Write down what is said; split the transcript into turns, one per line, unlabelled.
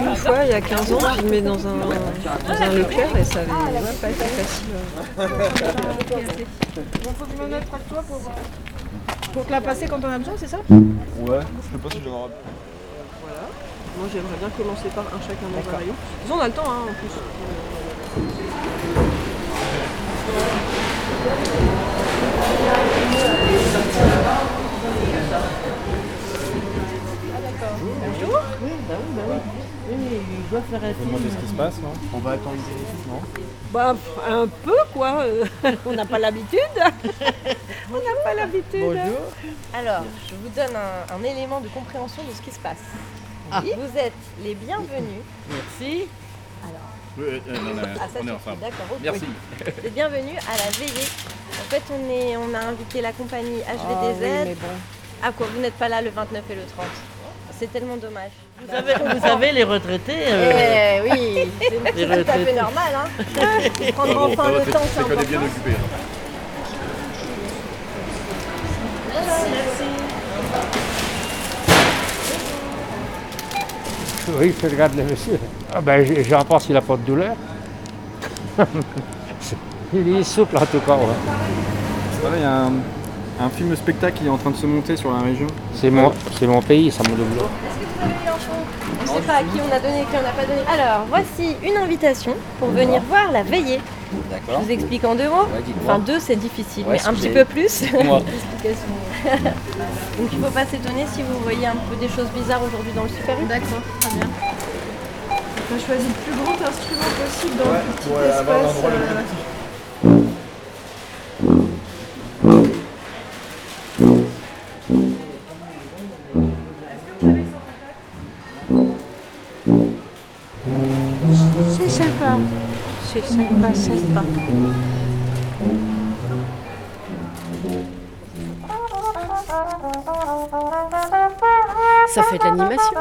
Une fois, il y a 15 ans, je filmais dans un, dans un Leclerc et ça avait ouais, pas été facile.
Pour te la passer quand on a besoin, c'est ça
Ouais, je sais pas si je l'aurai.
Voilà. Moi, j'aimerais bien commencer par un chacun dans un rayon. Disons, on a le temps, hein, en plus.
Faut demander ce qui se passe, non On va attendre les équipes, non
Bah un peu quoi, euh, on n'a pas l'habitude. on n'a pas l'habitude.
Alors, je vous donne un, un élément de compréhension de ce qui se passe. Vous êtes les bienvenus. Ah. Merci. Ah, ça, c'est fait, D'accord. ok.
Merci.
Les bienvenus à la veillée. En fait, on, est, on a invité la compagnie HVDZ. À Ah, quoi vous n'êtes pas là le 29 et le 30 C'est tellement dommage.
Vous savez, vous savez, les retraités, euh,
Eh oui,
les
c'est tout à fait
retraités.
normal. Hein. Prendre enfin le temps, c'est important.
occupé.
Oui, je regarde le monsieur. Ah ben, j- j'en pense qu'il n'a pas de douleur. il est souple en tout cas. ouais.
Voilà, il y a un, un film spectacle qui est en train de se monter sur la région.
C'est mon, c'est mon pays, ça mon double.
Est-ce que vous avez eu l'info On ne sait pas à qui on a donné, qui on n'a pas donné. Alors, voici une invitation pour venir voir la veillée.
D'accord.
Je vous explique en deux mots.
Ouais, dites-moi.
Enfin, deux, c'est difficile,
Ouais,
mais un
c'est-
petit peu plus.
Moi.
Donc, il ne faut pas s'étonner si vous voyez un peu des choses bizarres aujourd'hui dans le Super U.
D'accord, très bien. On a choisi le plus grand instrument possible dans le plus petit
ouais, avoir un
espace.
endroit le plus
euh,
C'est sympa. C'est sympa, sympa.
ça fait de l'animation.